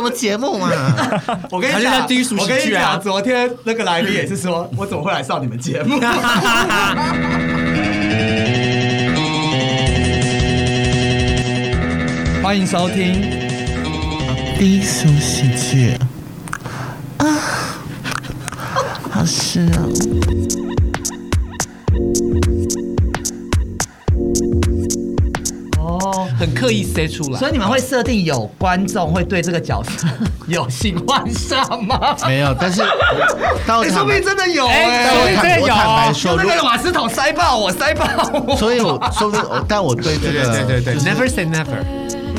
么节目嘛？我跟还你是讲，在低俗我喜跟你剧啊讲，昨天那个来宾也是说，我怎么会来上你们节目？欢迎收听，低俗喜剧啊，好湿啊！哦，很刻意塞出来所。以你们会设定有观众会对这个角色有性幻想吗？ 没有，但是到你说场不定真的有哎、但说不我定真坦的我有坦白哦说，用如那个瓦斯桶塞爆我，塞爆我。所以我说不定我，但我对这个对，Never say never。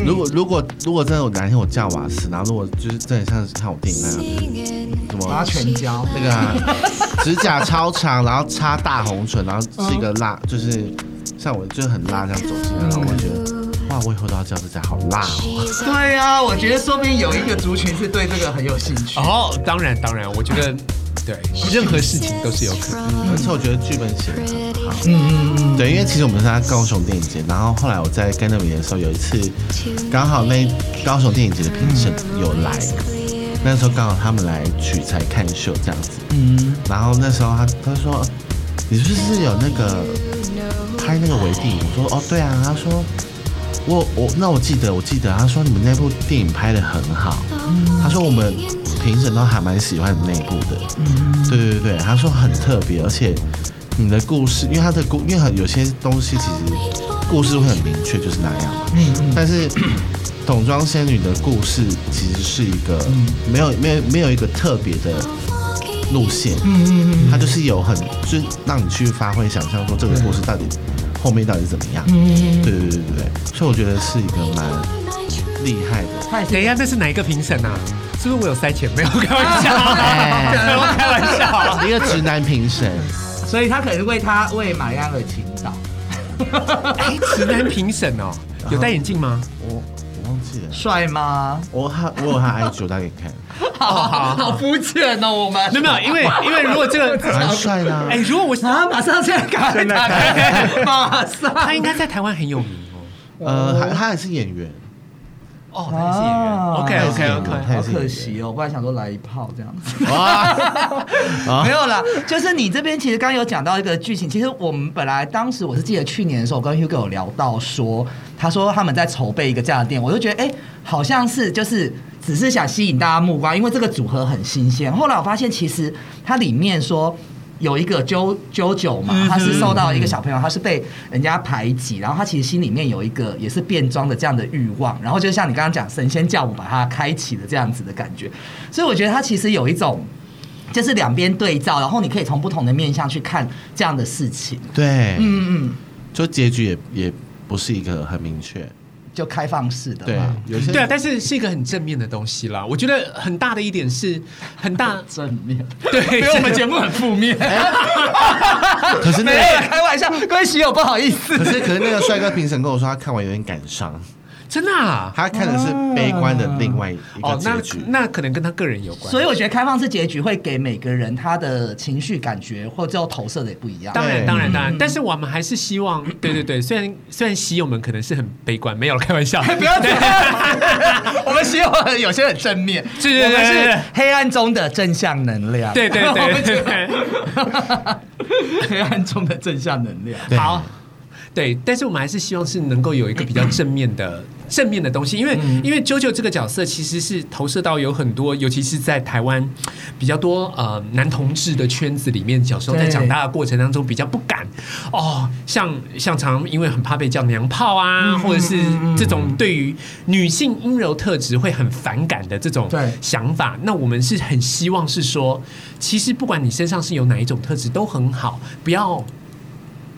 如果如果如果真的有哪天我架瓦斯，然后如果就是真的像看我电影那样，就是什把么它全交，那个、啊、指甲超长，然后擦大红唇，然后是一个辣，就是像我就是很辣这样走进来，然后我觉得哇，我以后都要叫这家好辣哦。 对啊，我觉得说不定有一个族群是对这个很有兴趣。哦，当然当然，我觉得对，任何事情都是有可能。而且我觉得剧本写的很好，嗯嗯嗯，对，因为其实我们是在高雄电影节，然后后来我在跟那边的时候，有一次刚好那高雄电影节的评审有来，那时候刚好他们来取材看秀这样子，嗯，然后那时候他他说哦你是不是有那个拍那个微电影？我说哦对啊，他说我我那我记得我记得，他说你们那部电影拍的很好，他说我们评审都还蛮喜欢你那部的，对对对，他说很特别，而且你的故事，因为他的故，因为很有些东西其实故事会很明确，就是那样嘛，但是桶装仙女的故事其实是一个没有没有没有一个特别的路线，嗯嗯嗯，它就是有很就是让你去发挥想象，说这个故事到底后面到底怎么样，嗯，对对对对对，所以我觉得是一个蛮厉害的，等一下，那是哪一个评审啊？是不是我有塞钱？没有，开玩笑，没有开玩笑。一个直男评审，所以他可能为他为玛丽安而倾倒。直男评审哦，有戴眼镜吗？我我忘记了，帅吗？我他我有他 IG 我打给你看，好 好好肤浅哦，我们没有没有，因 为因为如果这个，蛮帅 的、啊 哎，，如果我啊，马上现在改，真的打开， 马上他应该在台湾很有名哦呃，他他也是演员，哦。哦，他是演员。OK 啊 OK 他 OK。也好是演可员惜哦，我本来想说来一炮这样子，哇，没有啦，就是你这边其实刚刚有讲到一个剧情，其实我们本来当时我是记得去年的时候，我跟 Hugo 有聊到说，他说他们在筹备一个这样的店，我就觉得哎、好像是就是只是想吸引大家目光，因为这个组合很新鲜。后来我发现其实它里面说。有一个啾啾啾嘛，他是受到一个小朋友，他是被人家排挤，然后他其实心里面有一个也是变装的这样的欲望，然后就像你刚刚讲神仙教母把他开启的这样子的感觉，所以我觉得他其实有一种就是两边对照，然后你可以从不同的面向去看这样的事情。对，嗯嗯，就结局也也不是一个很明确，就开放式的对嘛。，有些对啊，但是是一个很正面的东西啦。我觉得很大的一点是，很大正面， 对，因为我们节目很负面，可是 没那个有开玩笑，各位喜友不好意思 可。是可是那个帅哥评审跟我说，他看完有点感 伤， 真的啊。他看的是悲观的另外一个哦，那结局。那可能跟他个人有关。所以我觉得开放式结局会给每个人他的情绪感觉或最后投射的也不一样。当然，对当然，当然，但是我们还是希望，对对对，虽然虽然喜友们可能是很悲观，没有开玩笑，哎不要这样， 我们喜友有些很正面，是是是我们是是是黑暗中的正向能量。对对 我们对是对 黑暗中的正向能量。对好，对，但是我们还是希望是能够有一个比较正面嗯的正面的东西，因为、因为啾啾这个角色其实是投射到有很多，尤其是在台湾比较多呃男同志的圈子里面，小时候在对长大的过程当中比较不敢哦，像像常因为很怕被叫娘炮嗯啊，或者是这种对于女性阴柔特质会很反感的这种对想法，那我们是很希望是说，其实不管你身上是有哪一种特质都很好，不要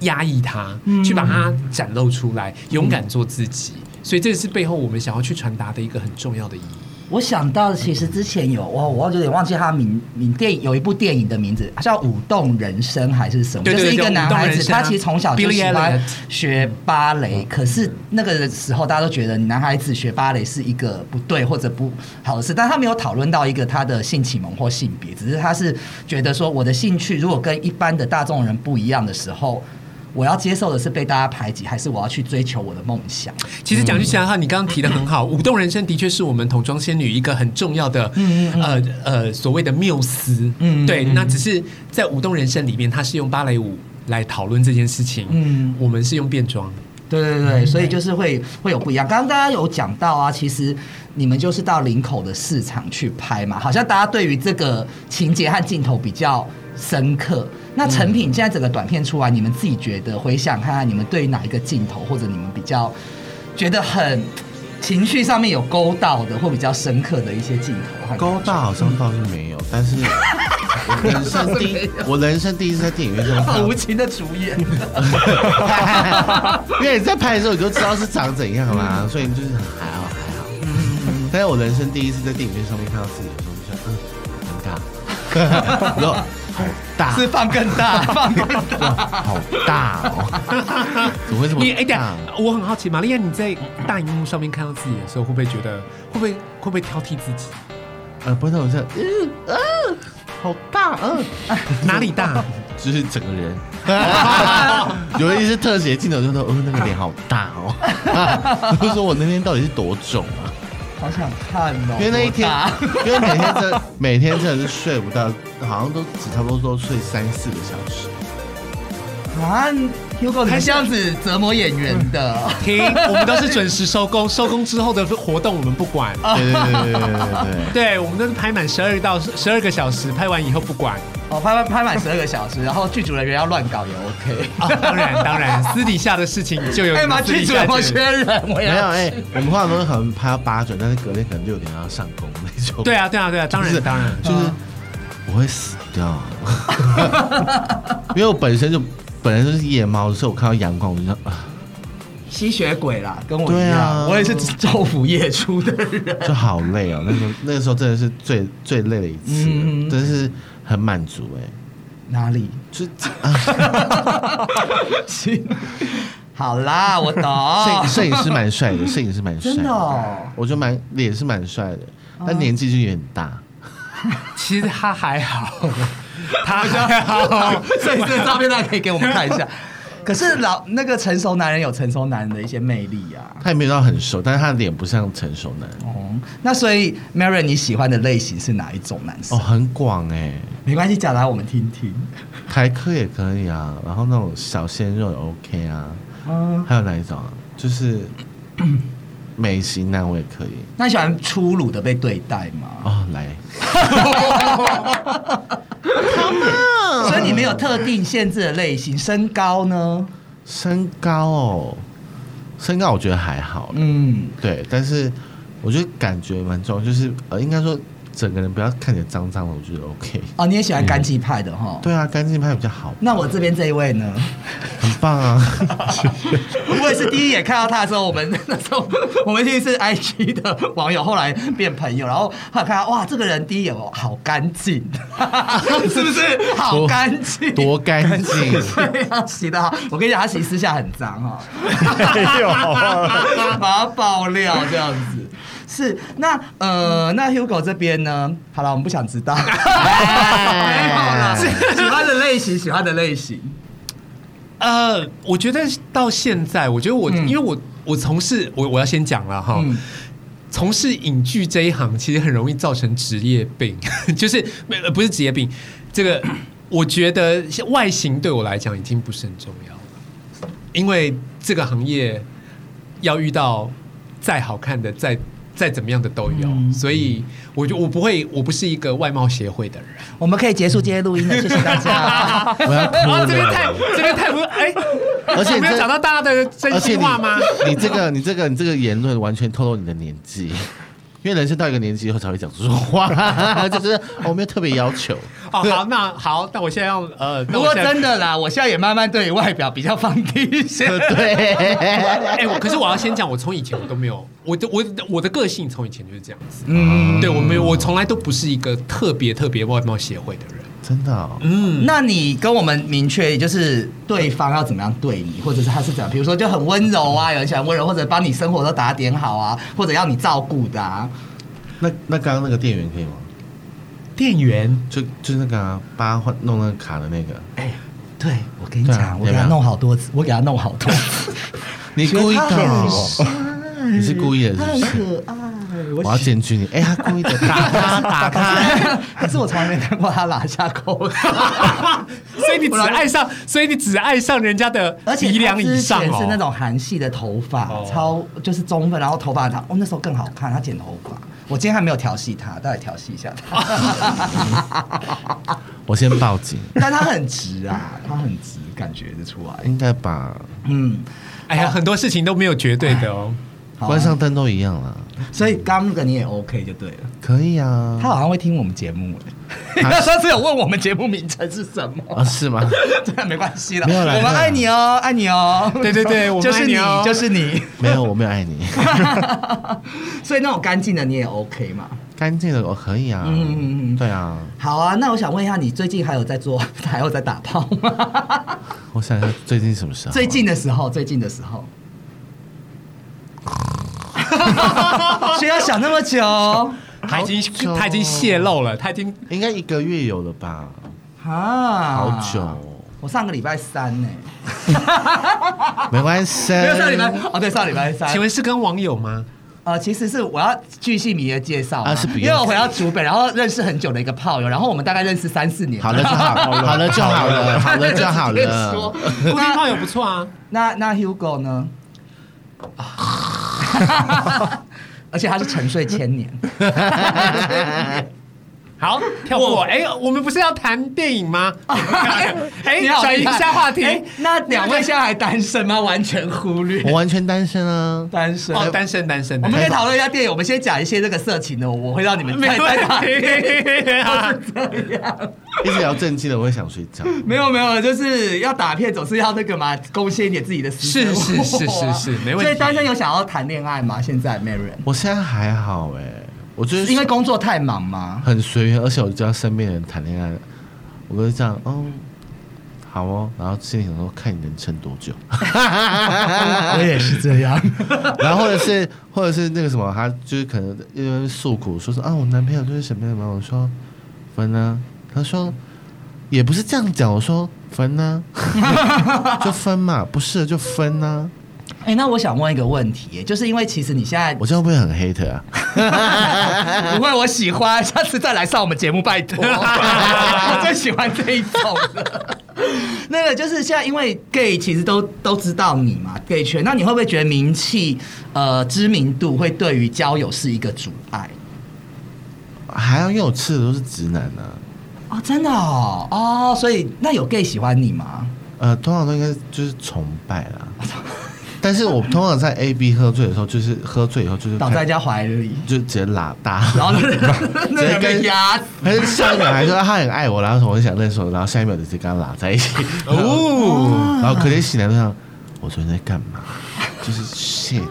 压抑它，去把它展露出来，勇敢做自己。所以这是背后我们想要去传达的一个很重要的意义。我想到，其实之前有哇，我有点忘记他名名电影有一部电影的名字叫《舞动人生》还是什么，对对对就是一个男孩叫舞动子，人生啊他其实从小就 Billie 喜欢 Eilish 学芭蕾，可是那个时候大家都觉得男孩子学芭蕾是一个不对或者不好的事，但他没有讨论到一个他的性启蒙或性别，只是他是觉得说我的兴趣如果跟一般的大众人不一样的时候。我要接受的是被大家排挤，还是我要去追求我的梦想？其实讲句实在话，你刚刚提的很好，舞动人生的确是我们童装仙女一个很重要的，呃呃，所谓的缪斯。嗯嗯对，嗯那只是在舞动人生里面，它是用芭蕾舞来讨论这件事情，嗯我们是用变装。对对对，所以就是会会有不一样。刚刚大家有讲到啊，其实你们就是到林口的市场去拍嘛，好像大家对于这个情节和镜头比较深刻。那成品现在整个短片出来，你们自己觉得回想看看，你们对于哪一个镜头，或者你们比较觉得很情绪上面有勾到的，或比较深刻的一些镜头和感觉？勾到好像倒是没有，但是我人生第 一，我人生第一次在电影院上看好到无情的主演， 因为你在拍的时候你就知道是长怎样嗯啦，所以就是还好还好。但是我人生第一次在电影院上面看到自己的时候，就觉得嗯很大， 然后好哦大，是放更大，放更大。好大哦，怎么会这你哎，么等一大啊下？我很好奇，玛利亚，你在大荧幕上面看到自己的时候，会不会觉得，会不会会不会挑剔自 己？呃，不是，我是嗯嗯，好大嗯，哪里大？就是整个人。 有一些特写镜头，就说：“哦，那个脸好大哦。”就说我那天到底是多肿啊？好想看哦，因为那一多天，大因为每天真每天真的是睡不到，好像都只差不多说睡三四个小时。啊，Hugo，你们这样子折磨演员的，停，我们都是准时收工，收工之后的活动我们不管。对对对对对 对对，我们都是拍满十二到十二个小时，拍完以后不管。哦，拍完拍满十二个小时，然后剧组人员要乱搞也 OK。啊， 当然当然，私底下的事情就 有哎妈，私底剧组下有没有的事缺人？我对，也没有要。哎、我们化妆可能拍到八点，但是隔天可能六点要上工那种。对啊对啊对啊，当就是然当然。就是嗯我会死掉， 因为我本身就本来就是夜猫，所以我看到阳光我就想啊，吸血鬼啦，跟我一对样，啊我也是昼伏夜出的人。就好累哦。那时候那个时候真的是最最累的一次，嗯真是很满足啊哎、哪里？ 就行，好啦，我摄懂影。摄影师蛮帅的，摄影师蛮帅，哦真的哦嗯我觉得蛮脸是蛮帅的，但年纪就有点大。其实他还 好，他还好。所以这照片大家可以给我们看一下。可是老那个成熟男人有成熟男人的一些魅力啊。他也没有到很熟，但是他的脸不像成熟男哦，那所以 Mary 你喜欢的类型是哪一种男哦，生？很广哎、没关系，讲来我们听听。台客也可以啊，然后那种小鲜肉也 OK 啊，嗯，还有哪一种啊？就是 美型男我也可以那你喜欢粗鲁的被对待吗？哦，来，所以你没有特定限制的类型，身高呢？身高哦，身高我觉得还好，嗯，对，但是我觉得感觉蛮重要，就是呃，应该说整个人不要看起来脏脏的，我觉得 OK。哦，你也喜欢干净派的哈？。对啊，干净派比较好，那我这边这一位 呢？很棒 啊！我也是第一眼看到他的时候，我们那时候 我们一定是 IG 的网友，后来变朋友，然后后来看他哇，这个人第一眼哦好干 净，是不是？好干净，多干净， 对啊，洗的好。我跟你讲，他其实私下很脏哈、没有，把它爆料这样子。 是，那呃，那 Hugo 这边呢？好了，我们不想知道。没有哎啦 喜欢的类型，喜欢的类型。呃，我觉得到现在，我觉得我、嗯因为我我从事我我要先讲了哈。嗯从事影剧这一行，其实很容易造成职业病， 就是没呃不是职业病，这个我觉得外形对我来讲已经不是很重要了，因为这个行业要遇到再好看的、再再怎么样的都有，嗯所以我就我不会，我不是一个外貌协会 的人。我们可以结束今天录 音了，谢谢大家。我要哭哦这边了太。这边太不哎，而且我没有这讲到大家的真而且心你话吗？你这个你这个你这个言论完全透露你的年纪，因为人生到一个年纪以后才会讲这种话， 就是我没有特别要求。哦，好，那好，那我现在要呃，那不我过现在真的啦，我现在也慢慢对外表比较放低一些。对，哎、我可是我要先讲，我从以前我都没有，我的我的我的个性从以前就是这样子，嗯，对我没有，我从来都不是一个特别特别外貌协会的人， 真的、哦，嗯，那你跟我们明确，就是对方要怎么样对你，或者是他是怎样，比如说就很温柔啊，有人喜欢温柔，或者帮你生活都打点好啊，或者要你照顾的啊。那那刚刚那个店员可以吗？店员哎就就那个啊帮他换弄那个卡的那个，对，我跟你对啊讲，我给对他吧弄好多次，我给他弄好多次。你故意的哦， 哎你是故意的，他很是不是？可爱，我要检举你！哎，他故意的，打他，打他！ 可是我从来没看过他拉下 口罩，所以你只爱上，所以你只爱上人家的 而且鼻梁以上他之前是那哦。种韩系的头发，哦超就是中分，然后头发长，哦那时候更好看，他剪头发。我今天还没有调戏他，大概调戏一下他。 我先报警，但他很直啊，他很直，感觉得出来。应该吧？嗯，哎呀，很多事情都没有绝对的哦。好啊关上灯都一样啦，所以刚刚那个你也 OK 就对了。可以啊。他好像会听我们节目哎、他 他上次有问我们节目名称是什么，啊，是吗？对，没关系了，没有啦我没有们啦爱你哦，爱你哦，对对对我们就是你爱你哦，就是你， 没有，我没有爱你。所以那种干净的你也 OK 嘛？干净的我可以啊，嗯嗯嗯对啊。好啊，那我想问一下，你最近还有在做， 还有在打炮吗？ 我想一下，最近什么时候？最近的时候，最近的时候， 需要想那么久哎他已久经哦他已经泄露了，他已经应该一个月有了吧？啊？好久哦，我上个礼拜三呢、没关系。啊没有上礼拜哦，对，上礼拜三。请问是跟网友吗？呃，其实是我要巨细靡的介绍嘛啊是不用因为我回到竹北，然后认识很久的一个炮友，然后我们大概认识三四年。好了 就好，好了就好了，好了就好了。固定炮友不错啊，那那 Hugo 呢？而且他是沉睡千年，好跳过。哎，我们不是要谈电影 吗？ 哎，你好转移一下话题。哎那两位现在还单身吗？完全忽略我完全单身啊，单身。哦，单身单身，我们单可以身讨论一下电影，我们先讲一些这个色情的，我会让你们没再再打 问题。 这样。一直聊正经的，我会想睡觉。没有没有，就是要打片总是要那个嘛，贡献一点自己的私生活是是是是是 没问题所以单身有想要谈恋爱吗？现在 Marion，我现在还好哎、我觉得因为工作太忙吗？很随缘，而且我知道身边的人谈恋爱，我都是这样，嗯，好哦，然后心里想说，看你能撑多久， 我也是这样。然后或者是或者是那个什么，他就是可能因为诉苦说说啊，我男朋友就是什么什么，我说分呢、他说也不是这样讲，我说分呢、 就分嘛，不适合就分啊呢、 哎、那我想问一个问题，就是因为其实你现在我这样会不会很 hater 啊？不会， 我喜欢，下次再来上我们节目，拜托。哦 我最喜欢这一种了。那个就是现在，因为 gay 其实都都知道你嘛，gay 圈，那你会不会觉得名气、呃知名度会对于交友是一个阻碍？还要因为我吃的都是直男啊呢、哦，真的哦，哦，所以那有 gay 喜欢你吗？呃，通常都应该就是崇拜啦。但是我通常在 A B 喝醉的时候，就是喝醉以后就是倒在人家怀里，就直接拉大，然后那 个那个被压死。还是上一秒还说啊他很爱我，然后什么我很想认识我，然后下一秒就直接跟他拉在 一起。哦，然后隔天醒来就想，我昨天在干嘛？就是 shit。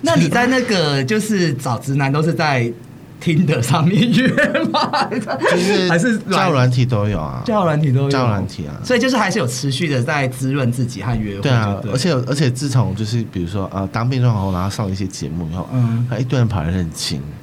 那你在那个就是找直男都是在听的上面约吗？ 就是还是交友软体都有啊，交友软体都有，交友软体啊所以就是还是有持续的在滋润自己和约会，对啊，对而且而且自从就是比如说呃当变装皇后，然后上了一些节目以后，嗯嗯，他一堆人跑来认亲。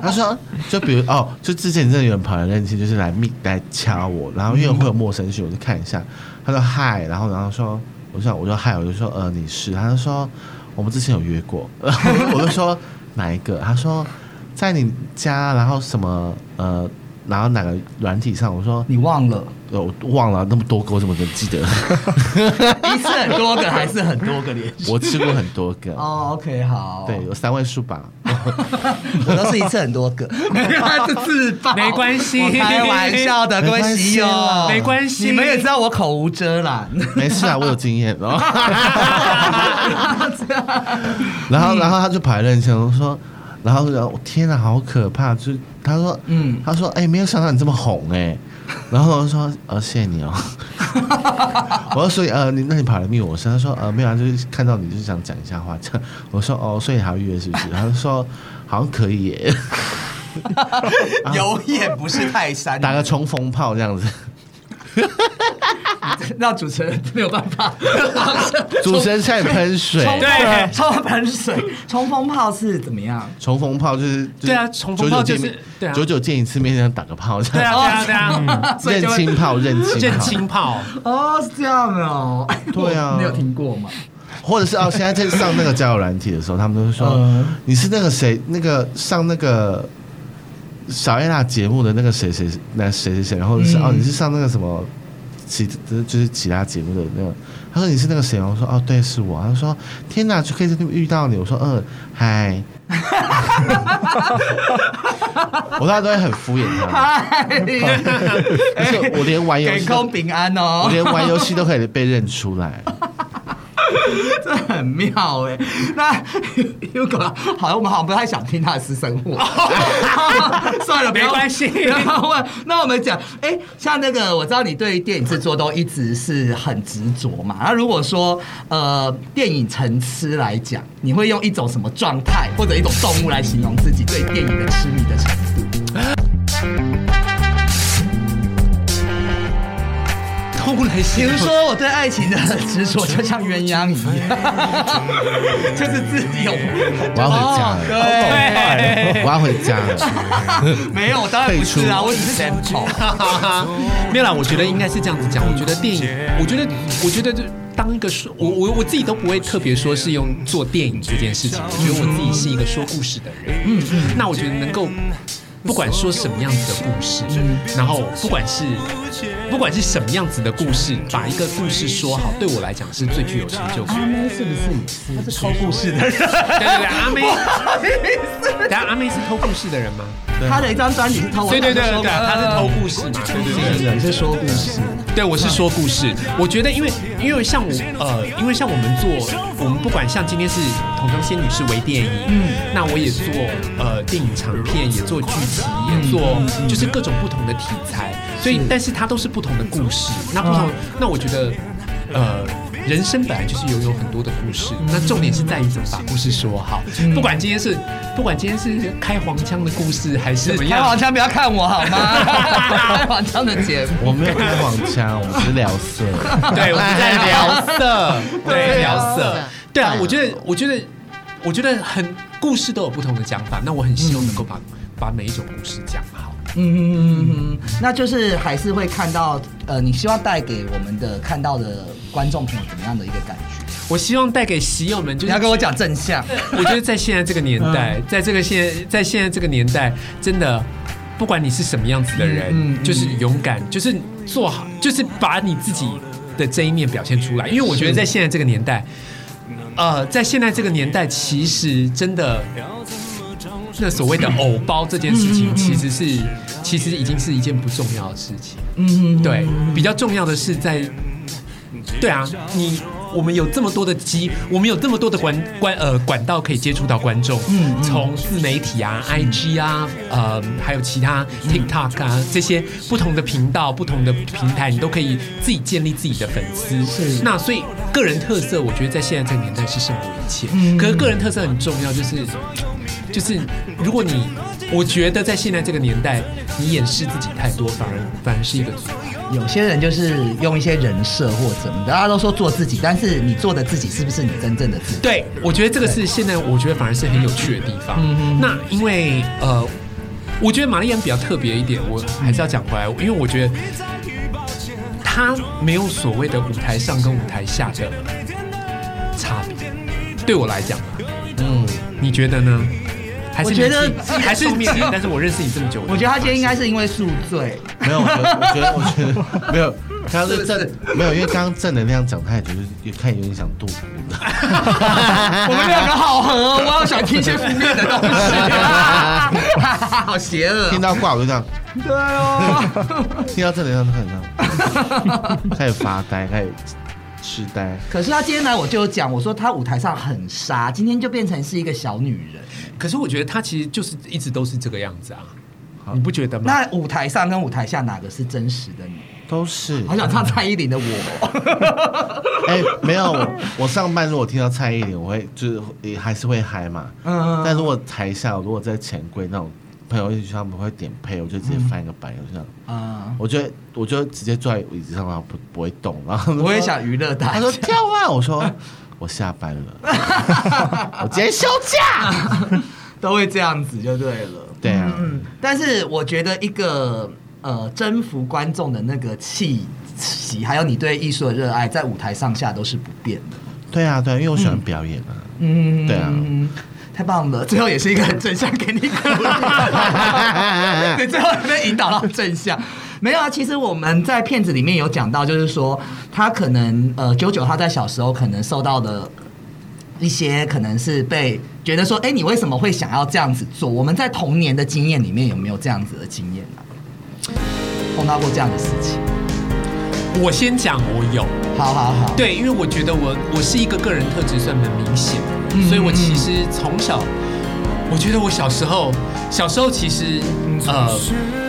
他说，就比如哦，就之前真的有人跑来认亲，就是来密来敲我，然后因为会有陌生讯，我就看一下，他说嗨，然后然后说，我说我就嗨，我就说呃你是，他就说我们之前有约过， 然后我就说哪一个，他说在你家，然后什么呃，然后哪个软体上，我说你忘 了呃我忘了那么多个，我怎么能记得？ 一次很多个还是很多个连续？我吃过很多个。哦，OK，好，对，，有三位数吧。哦我都是一次很多个，这自 爆，没关系我开玩笑的，各没位关喜系友啦，没关系你们也知道我口无遮 拦，没事啊，我有经验。然后， 然嗯后，然后他就跑来认亲，我说，然后，然后，天哪，好可怕！就是他说，嗯嗯，他说，哎、没有想到你这么红哎、然后我说，呃，谢谢你哦。 我说，所以呃，你那你跑来密我身，他说，呃，没有啊，就是看到你就是想讲一下话这样。我说，哦，所以还要约是不是？他就说，好像可以耶，有眼不是泰山，打个冲锋炮这样子。让主持人没有办法，主持人差点喷水，冲 对啊冲喷水，冲锋炮是怎么样？重逢炮就是对啊重逢炮就是对啊九九见一次面，想打个炮这对样，啊，对啊，对啊，所以认就会 亲炮，认亲，认清，炮，哦，是这样的哦。对啊 你有听过 吗？或者是哦，现在在上那个交友软体的时候，他们都会说、嗯你是那个谁，那个上那个小燕娜节目的那个谁谁那谁谁谁，然后是、嗯哦你是上那个什么其就是其他节目的那个，他说你是那个谁吗，我说哦对是我，他说天哪就可以在那边遇到你，我说嗯 嗨，我大家都会很敷衍他，嗨，而且我连玩游哎给戏空都，哎平安我哦，连玩游戏都可以被认出来。这很妙哎。那 Hugo 好像我们好像不太想听他的私生活， 算了，不要没关 系不要问。那我们讲，哎，像那个我知道你对电影制作都一直是很执着嘛。那如果说呃电影成痴来讲，你会用一种什么状态或者一种动物来形容自己对电影的痴迷的程度？偷来比形如容。说，我对爱情的执着就像鸳鸯一样， 就是自己有。哦我要回家了哦对，我要回家了。没有，当然不是啊，我只是 sample。 没有啦，我觉得应该是这样子讲。我觉得电影，我觉得，我觉得就当一个说，我我我自己都不会特别说是用做电影这件事情。嗯我觉得我自己是一个说故事的人。嗯，那我觉得能够。不管说什么样子的故事，嗯然后不管是不管是什么样子的故事，把一个故事说好，对我来讲是最具有成就感的。妹是不是也是？他是偷故事的人， 对对对， 阿妹，等下阿妹是偷故事的人吗？他的一张专辑是偷。对对对对对，她是偷故事啊嘛，对对对对。人是说故事，对，我是说故事。我觉得，因为因为像我呃，因为像我们做，我们不管像今天是《童装仙女》是微电影，嗯，那我也做呃电影长片，也做剧集，也做就是各种不同的题材。所以，嗯但是它都是不同的故事。那不同，那我觉得呃。人生本来就是拥有很多的故事，那重点是在于怎么把故事说好。不管今天是，不管今天是开黄腔的故事，还是怎么 开样黄，腔不要看我好 吗？开黄腔的节目，我没有开黄腔，我只是聊 色。 对，我们在聊色， 对，聊聊色色，对啊，我觉得，我觉得，我觉得很故事都有不同的讲法，那我很希望能够把把每一种故事讲好。嗯，那就是还是会看到，呃，你希望带给我们的看到的观众朋友怎么样的一个感觉？我希望带给喜友们，就你是要跟我讲正向。我觉得在现在这个年嗯代，在这个现在现在这个年代，真的，不管你是什么样子的人，嗯嗯嗯就是勇敢，就是做好，就是把你自己的这一面表现出来。因为我觉得在现在这个年代，呃，在现在这个年代，其实真的。那所谓的“偶包”这件事嗯情，其实是其实已经是一件不重要的事情。嗯，对，比较重要的是在，对啊，你我们有这么多的机，我们有这么多的管管呃管道可以接触到观众，嗯，从自媒体啊、IG 啊，呃，还有其他 TikTok 啊这些不同的频道、不同的平台，你都可以自己建立自己的粉丝。是那所以个人特色，我觉得在现在这个年代是胜过一切。可是个人特色很重要，就是。就是如果你，我觉得在现在这个年代，你掩饰自己太多，反而反而是一个阻碍。 有些人就是用一些人设或怎么的，大家都说做自己，但是你做的自己是不是你真正的自己？对，我觉得这个是现在我觉得反而是很有趣的地方。嗯那因为呃，我觉得玛丽安比较特别一点，我还是要讲回来，因为我觉得她没有所谓的舞台上跟舞台下的差别，对我来讲，嗯，你觉得呢？还是我觉得你 还是你，但是我认识你这么久，我觉得他今天应该是因为宿醉，没有，我觉得，我觉得，我觉得没有。刚刚是正没有，因为刚刚正能量讲太久，就是也看有点想肚子。 我们两个好合哦，我好想听一些负面的东 西，好邪恶听哦。到挂我就这样，对哦，听到正能量就开始这 样，开始发呆，开始痴呆。可是他今天来我就有讲，我说他舞台上很杀，今天就变成是一个小女人。可是我觉得她其实就是一直都是这个样子啊，你不觉得吗？那舞台上跟舞台下哪个是真实的你？都是好想唱蔡依林的我。 哎、没有我，我上班如果听到蔡依林，我会就是也还是会嗨嘛。嗯但如果台下如果在钱柜那种朋友一起去，他们会点配，我就直接翻一个白眼，我就想，啊、我就会我就直接坐在椅子上，然后不不会动，然后我也想娱乐大家他说。跳啊！我 说我下班了， 我今天休假。都会这样子就对了。对啊嗯，但是我觉得一个呃征服观众的那个气息，还有你对艺术的热爱，在舞台上下都是不变的。对啊，对啊，因为我喜欢表演啊。嗯，对啊。太棒了！最后也是一个很正向，给你鼓嗯励。对，最后有被引导到正向。没有啊，其实我们在片子里面有讲到，就是说他可能呃，九九他在小时候可能受到的一些可能是被觉得说，哎、你为什么会想要这样子做？我们在童年的经验里面有没有这样子的经验啊？碰到过这样的事情？我先讲，我有。好好好，对，因为我觉得我我是一个个人特质算蛮明显的人，嗯所以我其实从小，我觉得我小时候，小时候其实呃，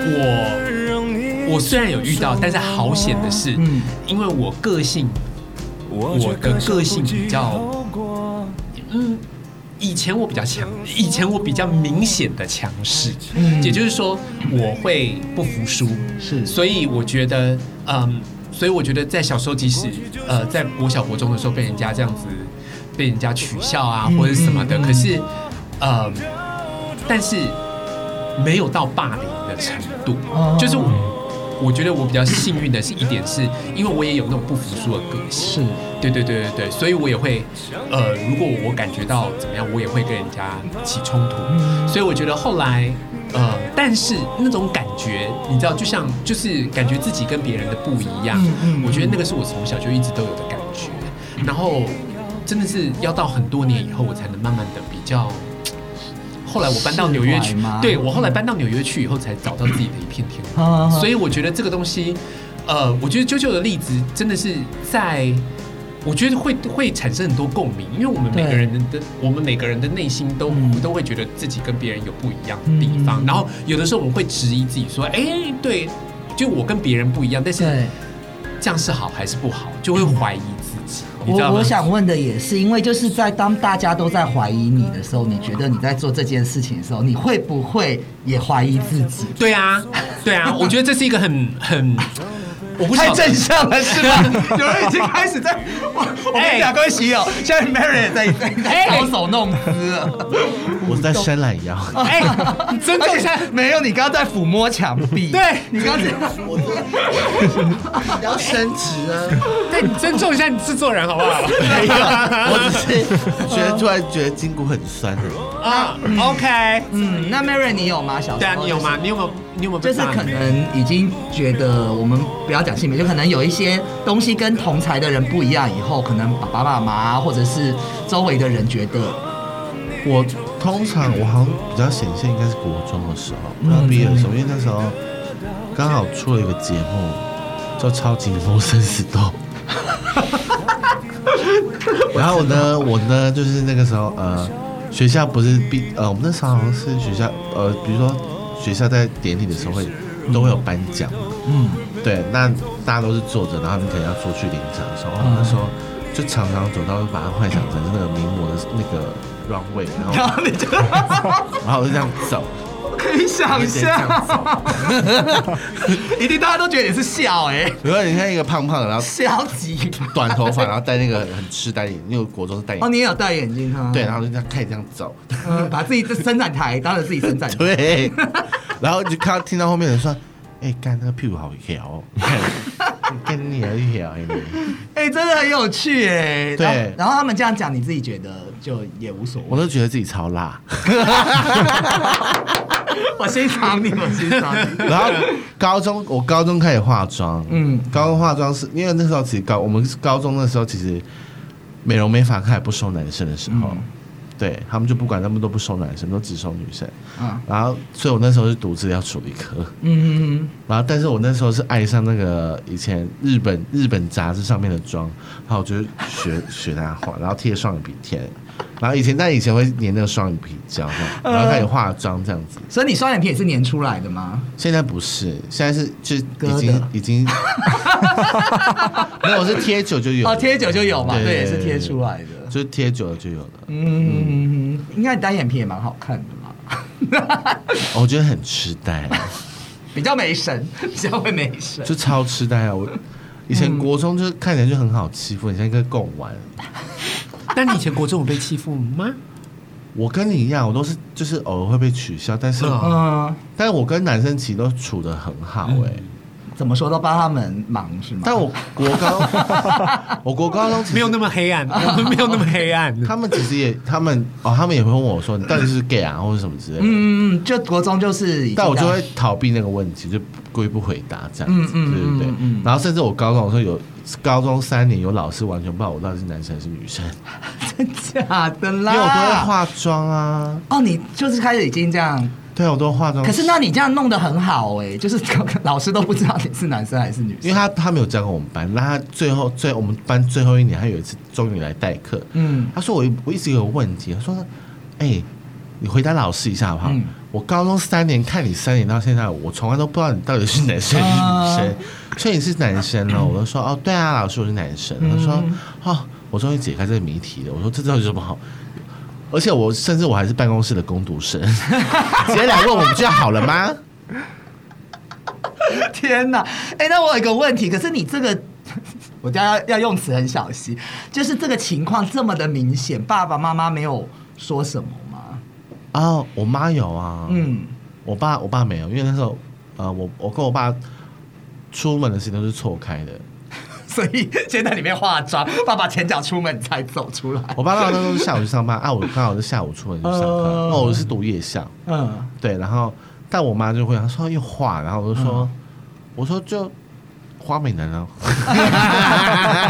我我虽然有遇到，但是好险的是，嗯因为我个性，我的个性比较，嗯，以前我比较强，以前我比较明显的强势，嗯也就是说我会不服输，是所以我觉得，嗯，所以我觉得在小时候，即使呃，在国小国中的时候被人家这样子，被人家取笑啊嗯或者什么的，可是，呃，但是没有到霸凌的程度，哦就是我我觉得我比较幸运的是一点是，因为我也有那种不服输的个性，对对对对对，所以我也会，呃，如果我感觉到怎么样，我也会跟人家起冲突，嗯所以我觉得后来，呃，但是那种感觉，你知道，就像就是感觉自己跟别人的不一样，嗯我觉得那个是我从小就一直都有的感觉，然后真的是要到很多年以后，我才能慢慢的比较。后来我搬到纽约释去怀吗，对我后来搬到纽约去以后，才找到自己的一片天空。 啊所以我觉得这个东西，呃，我觉得啾啾的例子真的是在，我觉得会会产生很多共鸣，因为我们每个对人的我们每个人的内心都、嗯都会觉得自己跟别人有不一样的地方，嗯然后有的时候我们会质疑自己说，哎、对，就我跟别人不一样，但是对。这样是好还是不好，就会怀疑自己，你知道我吗？我想问的也是，因为就是在当大家都在怀疑你的时候，你觉得你在做这件事情的时候，你会不会也怀疑自己？对啊，对啊，我觉得这是一个很很，我不太晓得正向了 是吧？有人已经开始在我我们两个洗友，现在 Mary 也在在在哎搔首弄姿了，我是在伸懒腰，哎、你尊重而一下。且没有你刚刚在抚摸墙壁，对你刚刚这样 你要伸直啊！对，你尊重一下你制作人好不好？ 我只是觉得突然觉得筋骨很酸。啊，OK，嗯，那 Mary 你有吗？小时对啊，候你有？吗？你有没有？你有没有就被是霸凌？可能已经觉得我们不要讲性别，就可能有一些东西跟同才的人不一样，以后可能爸爸妈妈或者是周围的人觉得，我通常我好像比较显现应该是国中的时候，刚毕业的时候，因为那时候刚好出了一个节目叫《超级魔生死斗》。然后呢，我呢就是那个时候呃，学校不是毕呃，我们那时候好像是学校呃，比如说学校在典礼的时候会都会有颁奖，嗯，对，那大家都是坐着，然后你可能要出去领奖的时候，哦那时候就常常走到，把它幻想成那个名模的那个 runway，然 后然后你就然后我就这样走，可以想直接这象， 样走。一定大家都觉得你是笑哎、比如说你看一个胖胖的，然后笑极短头发，然后戴那个很痴呆眼，因为我国中是戴眼哦，镜，你也有戴眼镜哈？对，然后就这样看你这样走， 嗯，把自己的伸展台当成自己伸展台，对，然后就看到听到后面有人说，哎、干那个屁股好摇哦， 你看你看你有摇你，哎、真的很有趣哎、对然后然后他们这样讲，你自己觉得就也无所谓我。都觉得自己超辣。我欣赏你，我欣赏 你。然后高中，我高中开始化妆，嗯嗯，高中化妆是因为那时候其实高，我们高中那时候其实美容美发开始不收男生的时候，嗯对他们就不管他们都不收男生，都只收女生。啊，然后，所以我那时候是读资料处理科，嗯嗯然后，但是我那时候是爱上那个以前日本日本杂志上面的妆，然后我就学学他画，然后贴双眼皮贴，然后以前但以前会粘那个双眼皮胶，然后开始化妆这样子。嗯，所以你双眼皮也是粘出来的吗？现在不是，现在是就割的已经已经，没有，我是贴久就有哦，贴久就有嘛，对对，对也是对贴对出来的。就是贴久了就有了。嗯，应该你单眼皮也蛮好看的嘛。哦我觉得很痴呆，啊比较没神，比较会没神。就超痴呆啊！我以前国中就是看起来就很好欺负，你像一个贡丸。那你以前国中有被欺负吗？我跟你一样，我都是就是偶尔会被取笑，但是、嗯嗯，但我跟男生其实都处的很好哎、怎么说都帮他们忙是吗？但我国 高，我国高中其实没有那么黑暗，哦我们没有那么黑 暗。他们其实也，他们哦，他们也会问我说你到底是 gay 啊，或者什么之类的。嗯嗯嗯，就国中就是已经这但样，我就会逃避那个问题，就故意不回答这样子，嗯嗯对对对。嗯嗯然后甚至我高中的时候有，高中三年有老师完全不知道我到底是男生还是女生，假的因啦，为我都会化妆啊，哦，你就是开始已经这样，对，我都会化妆。可是那你这样弄得很好哎、就是老师都不知道你是男生还是女生因为。他他没有教过我们班，那他最后最我们班最后一年，他有一次终于来代课，嗯，他说我一我一直有问题，他说，哎、你回答老师一下好不好？嗯我高中三年看你三年到现在，我从来都不知道你到底是男生还是啊女生，所以你是男生 了。我就说哦，对啊，老师我是男生。嗯他说哦，我终于解开这个谜题了。我说这到底有什么好？而且我甚至我还是办公室的工 读生，直接来问我们就好了吗？天哪！哎、那我有一个问题，可是你这个，我家要要用词很小心，就是这个情况这么的明显，爸爸妈妈没有说什么吗？哦，我妈有啊，嗯，我爸我爸没有，因为那时候呃，我我跟我爸出门的时间都是错开的。所以先在里面化妆，爸爸前脚出门才走出来。我爸爸那时候是下午去上班，啊，我刚好是下午出门去上课，嗯那、我是读夜校，嗯，对，然后但我妈就会，她说又画，然后我就说，嗯我说就花美男啊，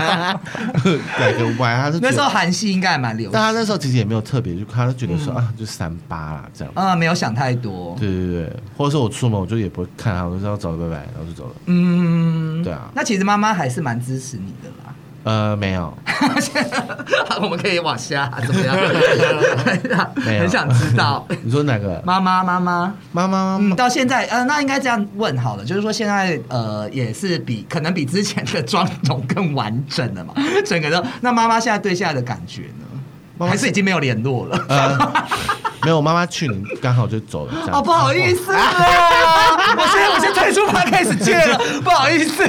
改个歪，啊她是觉那得时候，韩系应该还蛮流但行，她那时候其实也没有特别去看，她就觉得说、嗯啊，就三八啦这样，嗯，没有想太多。对对对，或者说我出门我就也不会看她，我就说走了拜拜，然后就走了，嗯，对啊那其实妈妈还是蛮支持你的啦。 呃，没有，我们可以往下怎么样？没有很想知道， 你说哪个？妈妈妈妈，妈妈妈嗯，妈，到现在呃，那应该这样问好了，就是说现在呃也是比可能比之前的妆容更完整了嘛， 整个都。那妈妈现在对现在的感觉呢？妈妈还是已经没有联络 了？呃，没有，我妈妈去年刚好就走了，这样 哦，不好意思啊，我先我先退出 p 开始见 了，不好意思。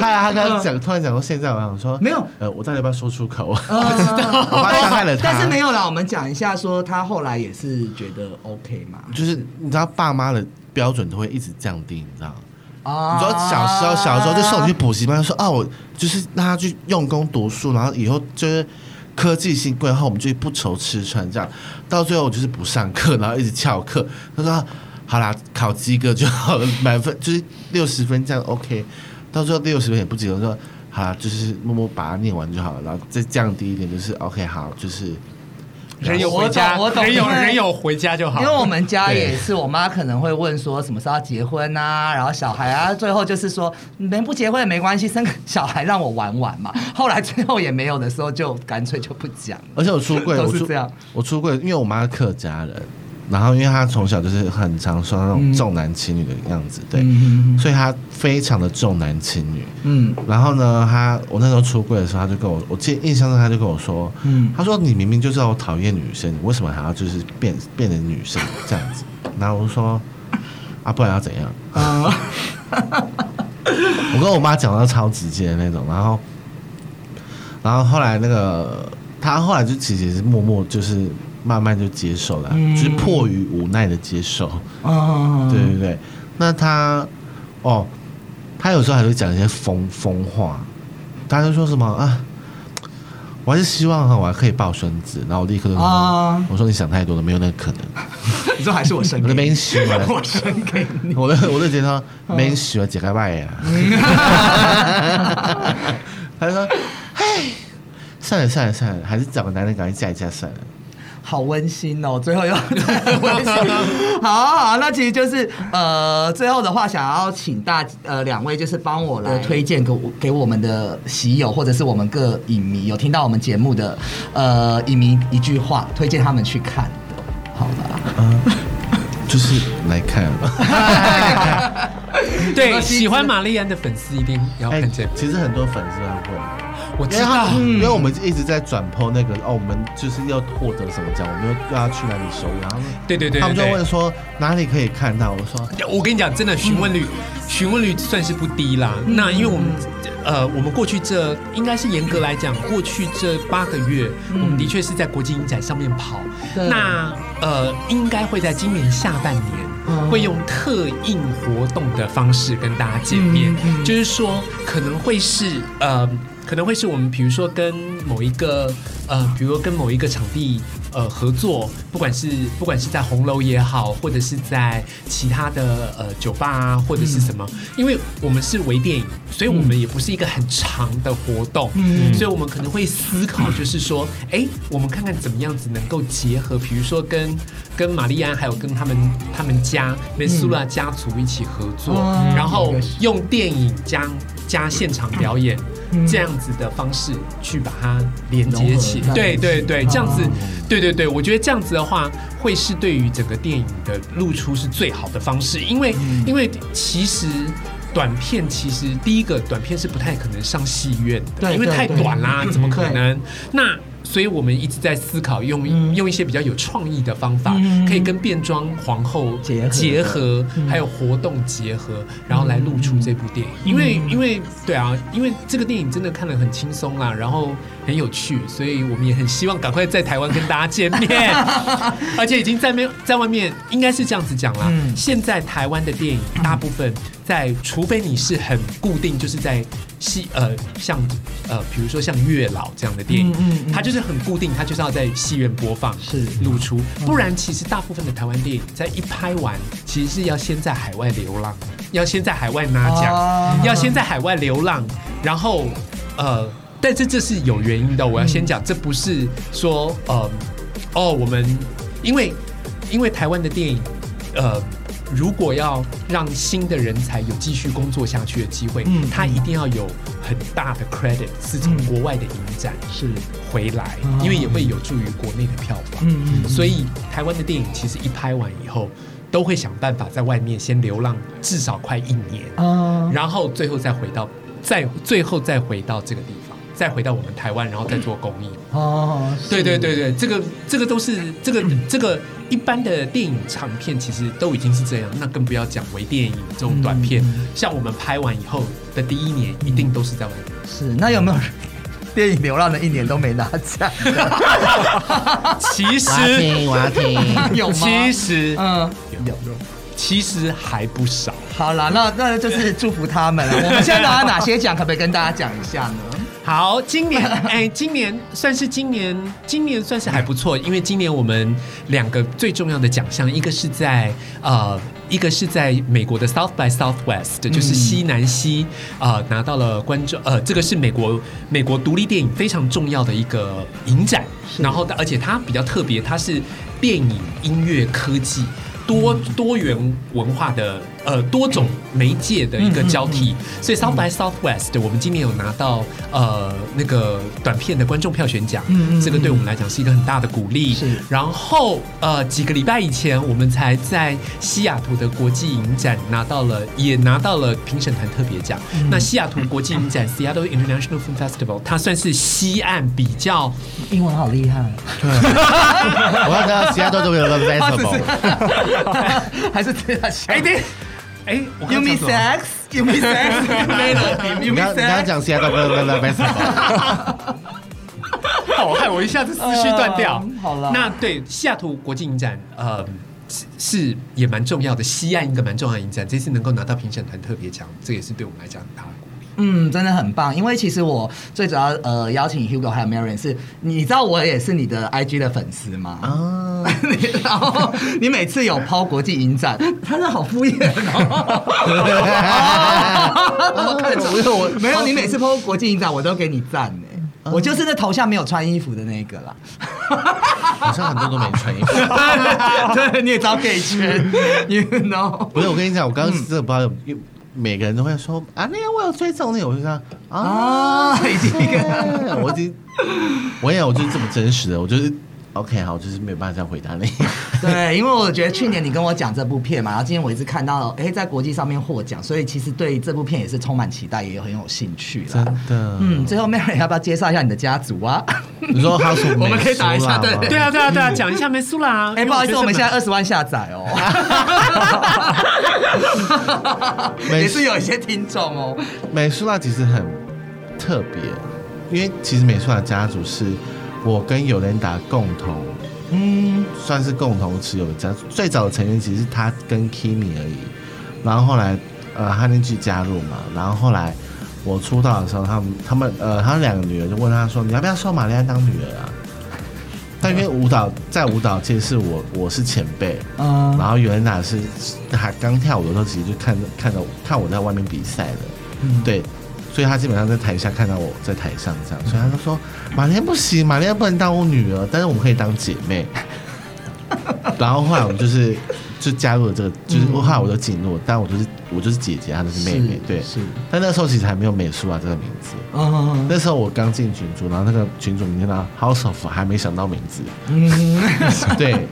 他他刚刚讲，突然讲到现在，我想说没有呃，我到底要不要说出口？呃 我怕伤害了他但是没有啦，我们讲一下，说他后来也是觉得 OK 嘛，就是你知道，爸妈的标准都会一直降低，你知道。啊你说小时候，小时候就送你去补习班，说啊，我就是让他去用功读书，然后以后就是科技新贵后，我们就不愁吃穿这样。到最后我就是不上课，然后一直翘课。他说、啊好啦，考及格就好了，满分就是六十分这样 OK。到最后六十分也不及格，我说好啦，就是默默把它念完就好了，然后再降低一点，就是 OK 好，就是人有回家，我懂我懂人有因为人有回家就好。因为我们家对也是，我妈可能会问说什么时候要结婚啊，然后小孩啊，最后就是说能不结婚也没关系，生个小孩让我玩玩嘛。后来最后也没有的时候，就干脆就不讲了。而且我出柜，都我是出这样我出柜，因为我妈是客家人，然后因为她从小啊就是很常说那种重男轻女的样子，对，嗯所以她非常的重男轻女。嗯然后呢，她我那时候出柜的时候，她就跟我，我记印象中她就跟我说，嗯她说你明明就知道我讨厌女生，你为什么还要就是变变成女生这样子？然后我就说，啊，不然要怎样？嗯，我跟我妈讲到超直接的那种，然后，然后后来那个她后来就其实也是默默就是慢慢就接受了，嗯就是迫于无奈的接受，嗯对对对。那她哦，她有时候还会讲一些疯疯话，她就说什么啊，我还是希望哈，我还可以抱孙子，然后我立刻就说，啊我说你想太多了，没有那个可能，你说还是我生我给都没你，喜欢， 我生给你。 我都我都 觉得嗯没喜欢解开外呀。他就说：“唉，算了算了算了，还是找个男人赶快嫁一嫁算了。好温馨哦，最后又 很温馨。好啊好啊，那其实就是呃，最后的话，想要请大呃两位就是帮我来推荐给我给我们的喜友或者是我们各影迷有听到我们节目的呃影迷一句话，推荐他们去看的，好吧？”嗯，就是来看吧。 对，喜欢玛丽安的粉丝一定要哎看这部，其实很多粉丝会，我因知为他道，因为我们一直在转播那个哦，我们就是要获得什么奖，我们要要去哪里收，然后对对对他对们就问对。说哪里可以看到，我 说我跟你讲，真的询问率，询问率算是不低啦。嗯那因为我们，呃，我们过去这应该是严格来讲，过去这八个月，我们的确是在国际影展上面跑。嗯对那呃，应该会在今年下半嗯年，会用特映活动的方式跟大家见面嗯嗯，就是说可能会是呃，可能会是我们比如说跟某一个呃，比如说跟某一个场地呃合作，不管是不管是在红楼也好，或者是在其他的呃酒吧啊，或者是什嗯么，因为我们是微电影，所以我们也不是一个很长的活动，嗯所以我们可能会思考，就是说，哎、我们看看怎么样子能够结合，比如说跟跟玛丽安，还有跟他们他们家梅苏拉家族一起合作，嗯然后一个是用电影加加现场表演。嗯这样子的方式去把它连接起融，合在对一起对对，这样子哦，对对对，我觉得这样子的话，会是对于整个电影的露出是最好的方式，因为嗯因为其实。短片其实第一个短片是不太可能上戏院的，对因为对太对嗯短啦，怎么可对能？那所以我们一直在思考用嗯用一些比较有创意的方法嗯，可以跟变装皇后结合结合，嗯还有活动结合，然后来露出这部电影。因为因为对啊，因为这个电影真的看得很轻松啦，然后很有趣，所以我们也很希望赶快在台湾跟大家见 面，而且已经在面在外面应该是这样子讲啦。嗯现在台湾的电影大部分在，除非你是很固定，就是在戏呃像呃比如说像月老这样的电影，嗯嗯嗯它就是很固定，它就是要在戏院播放是露出，不然其实大部分的台湾电影在一拍完，其实是要先在海外流浪，要先在海外拿奖，哦要先在海外流浪，然后呃，但是这是有原因的，我要先讲，这不是说呃哦，我们因为因为台湾的电影呃。如果要让新的人才有继续工作下去的机会，嗯他一定要有很大的 credit 是从嗯国外的影展是，回来哦，因为也会有助于国内的票房。嗯嗯所以台湾的电影其实一拍完以后，都会想办法在外面先流浪至少快一年，啊，然后最后再回到，再最后再回到这个地方，再回到我们台湾，然后再做公益。哦，对对是，对对，这个这个都是这个这个一般的电影长片其实都已经是这样，那更不要讲微电影这种短片嗯嗯。像我们拍完以后的第一年，一定都是在外面。是。那有没有电影流浪的一年都没拿奖的？其实我要听，我要听。有吗？其实嗯，有，其实还不少。好啦，那那就是祝福他们了。我们现在拿了哪些奖？可不可以跟大家讲一下呢？好，今年哎，今年算是今年，今年算是还不错，因为今年我们两个最重要的奖项，一个是在呃，一个是在美国的 South by Southwest，就是西南西啊、呃拿到了观众呃，这个是美国美国独立电影非常重要的一个影展，然后它而且它比较特别，它是电影、音乐、科技。多多元文化的呃多种媒介的一嗯个交替，所以 South by Southwest 我们今年有拿到呃那个短片的观众票选奖嗯嗯，嗯这个对我们来讲是一个很大的鼓励是。然后呃几个礼拜以前，我们才在西雅图的国际影展拿到了，也拿到了评审团特别奖。嗯那西雅图国际影展 （Seattle International Film Festival） 它算是西岸比较英文好厉害，我要跟其他都都有 v e s t a b l 还是这样啊想哎对哎我？You 刚 mean 刚讲什么 sex? You mean sex? 没了，You 啊你 mean 刚你刚 sex? 讲其他都有 v e s t a b l 好害我一下子思绪断掉嗯。好啦那对西雅图国际影展，呃，是是也蛮重要的，西岸一个蛮重要的影展，这次能够拿到评审团特别奖，这也是对我们来讲很大的鼓励。嗯，真的很棒。因为其实我最主要呃邀请 Hugo 还有 Marion 是，你知道我也是你的 IG 的粉丝吗？哦啊，你 然后你每次有抛国际影展，他是好敷衍哦。我有我没有，你每次抛国际影展，我都给你赞呢、我就是那头像没有穿衣服的那个啦， 好像很多都没穿衣服。对，你也找给圈，you know，不是，我跟你讲，我刚刚真的不知道有，因为每个人都会说啊，那个我有追踪那个，我就这样啊， 啊，已经一个我已经，我也我就是这么真实的，我就是 OK，好，就是没有办法再回答你。 对，因为我觉得去年你跟我讲这部片嘛，然后今天我一直看到，哎、在国际上面获奖，所以其实对这部片也是充满期待，也很有兴趣真啦。的，嗯，，最后 Mary 要不要介绍一下你的家族啊？ 你说哈什 我们可以打一下对对啊，对啊，对啊，讲一下梅苏啦。哎、不好意思，我们现在二十万下载哦，没 也是有一些听众哦。美术蜡其实很特别，因为其实美术蜡家族是我跟尤莲达共同，嗯，算是共同持有的家族。最早的成员其实是他跟 Kimi 而已，然后后来呃哈林去加入嘛，然后后来我出道的时候，他们他们呃他们两个女儿就问他说：“你要不要收玛丽安当女儿啊？”但因为舞蹈在舞蹈界是我我是前辈，嗯然后尤安娜是她刚跳舞的时候，其实就看着看到看我在外面比赛的，对，所以她基本上在台下看到我在台上这样，所以她就说玛丽安不行，玛丽安不能当我女儿，但是我们可以当姐妹。然后后来我们就是就加入了这个，就是后来我就进入，但我就是我就是姐姐，她就是妹妹，对。是，但那时候其实还没有美术啊这个名字，嗯那时候我刚进群组，然后那个群组名字呢 House of 还没想到名字，嗯， 对，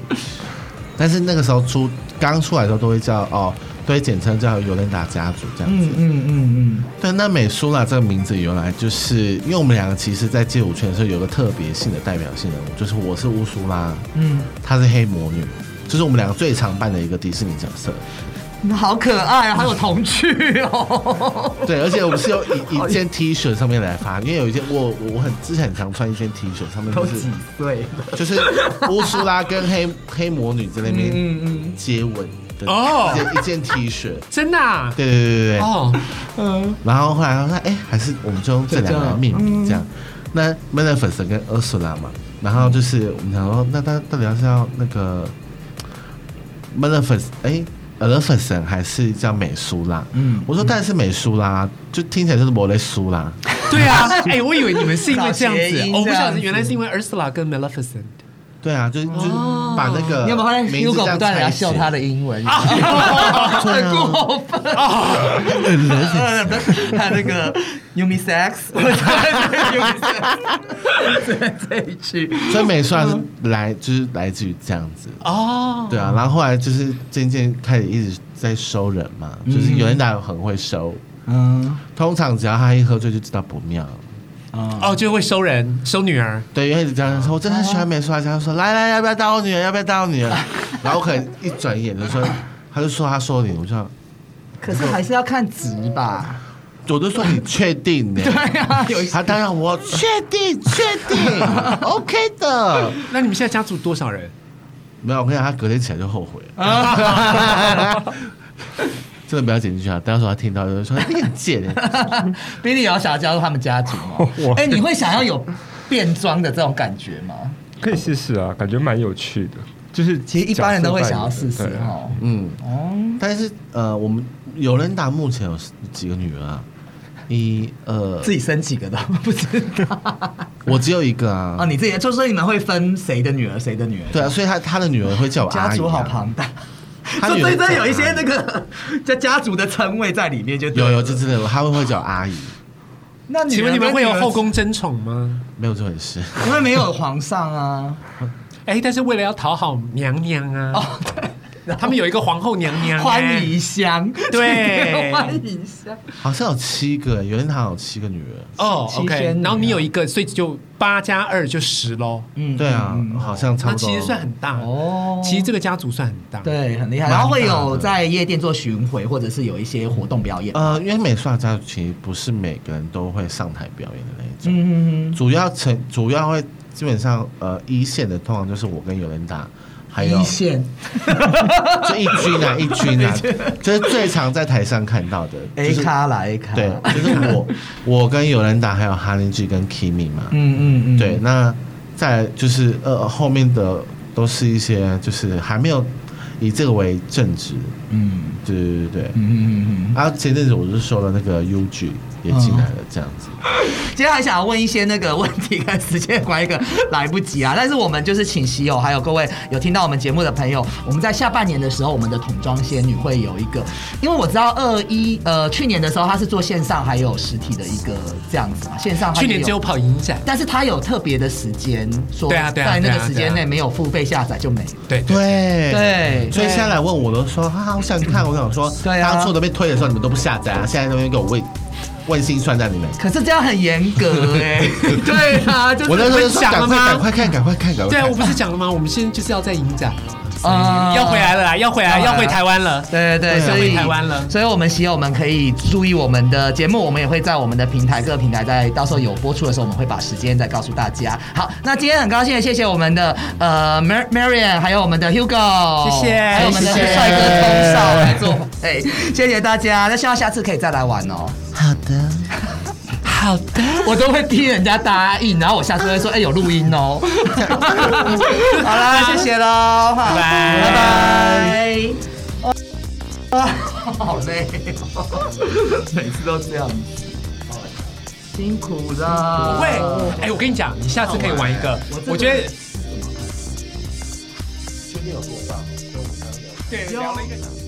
但是那个时候出刚出来的时候都会叫哦，都会简称叫尤伦达家族这样子。嗯嗯嗯对，那美苏拉这个名字原来就是因为我们两个其实，在街舞圈的时候有个特别性的代表性人物，就是我是乌苏拉，嗯她是黑魔女，就是我们两个最常扮的一个迪士尼角色。嗯，好可爱啊，好有童趣哦。对，而且我们是用 一一件 T 恤上面来发，因为有一件我我我很之前很常穿一件 T 恤，上面就是岁了？就是乌苏拉跟黑 黑魔女在那边嗯嗯接吻的哦一件一件 T 恤。真的啊对对对对对。哦，嗯，然后后来他说，哎、还是我们就用这两个来命名嗯这样。那 m e l 粉神跟 Ursula 嘛，然后就是我们想说，那他到底要是要那个 m e l 粉哎 e l e p h a n 神还是叫美苏拉？嗯嗯，我说但是美苏拉，就听起来就是摩雷苏拉。对啊，哎，我以为你们是因为这样搞谐子，音哦我不这晓样得子原来是因为 Ursula 跟 Maleficent。对啊，就是就是把那个哦你有没有发现名字这 Hugo 样不断的要拆解秀他的英文？对啊很过分啊！他那个 unisex，我在 unisex，这一句，所以美苏拉是来就是来自于这样子。哦，对啊，然后后来就是渐渐开始一直在收人嘛，就是有人打很会收，嗯通常只要他一喝醉就知道不妙。啊，哦，就会收人收女儿，对，因为这样说，我真的很喜欢美术啊。他说：“来来，要不要当我女儿？要不要当我女儿？”然后我可能一转眼就说，他就说他说你，我就可是还是要看集吧。我就说你确定呢、 对啊，有一他当然我确定确 定，OK 的。那你们现在家族多少人？没有，我跟你讲，他隔天起来就后悔了。真的不要剪进去啊！到时候他听到就说你很贱欸。比利有想要加入他们家族吗？哎、你会想要有变装的这种感觉吗？可以试试啊，感觉蛮有趣的。就是其实一般人都会想要试试对啊哦。嗯，哦，但是呃，我们有人打目前有几个女儿啊？一呃，自己生几个都不知道我只有一个啊。哦，你自己就说你们会分谁的女儿谁的女儿？对啊，所以他他的女儿会叫我阿姨、啊。家族好庞大，他 就女儿真的叫有一些阿姨那个 叫家族的称谓在里面就对有了有，这真的，他们会叫阿姨，那女儿请问你们会有跟女儿后？宫争宠吗？没有这回事。因为没有皇上 啊。哎，但是为了要讨好娘娘啊，哦，对，他们有一个皇后娘 哎娘，欢宜香，对 欢宜香。好像有七个，有人堂有七个女儿。哦七仙，OK，女啊然后你有一个，所以就八加二就十喽。嗯对啊，嗯嗯好像差那不多。其实算很大哦其实这个家族算很大。，对，很厉害。蛮大的然后会有在夜店做巡回，或者是有一些活动表演。呃，因为美术家族其实不是每个人都会上台表演的那一种，嗯嗯主要成主要会基本上呃一线的通常就是我跟有人打，还有一线，就一军啊一 军啊，就是最常在台上看到的 A 就是咖啦 A 咖，对，就是 我我跟尤兰达还有哈林 G 跟 Kimi 嘛，嗯嗯嗯，对，，那在就是呃后面的都是一些就是还没有以这个为正职，嗯对对对对。嗯嗯嗯啊，前阵子我是收了那个 UG 也进来了，这样子。嗯。接下来想要问一些那个问题跟时间关系，可来不及啊。但是我们就是请喜友还有各位有听到我们节目的朋友，我们在下半年的时候，我们的桶装仙女会有一个，因为我知道二一呃去年的时候他是做线上还有实体的一个这样子嘛，线上它去也年只有跑影展，但是他有特别的时间说，对啊对啊在那对个啊时间对内啊没有付费下载就没了。对对对所以现在来问我都说啊，我想看，我想说，对啊当初都被推的时候你们都不下载啊，现在那边给我问问心算在里面。可是这样很严格哎、 对啊，就是我那时候就说分享赶了快吗赶快看赶快看赶快对啊，看我，不是讲了吗？我们现在就是要在影展了，所啊以要回来了啦，要回来，要要回来回台湾了。对对对，对啊所回以台湾了所以我们喜友们可以注意我们的节目，我们也会在我们的平台各个平台在到时候有播出的时候，我们会把时间再告诉大家。好，那今天很高兴地谢谢我们的呃 Mar Marian，还有我们的 Hugo，谢谢还有我们的谢谢帅哥空少来做，哎，谢谢大家，那希望下次可以再来玩哦。好的，好的， 我都会逼人家答应，然后我下次会说，哎、有录音哦。 好啦，谢谢喽，拜拜拜拜。哇，好累、哦， 每次都这样，辛苦啦。不会。哎，我跟你讲，你下次可以玩一个好玩，我觉得今天有多少？对，聊了一个小时。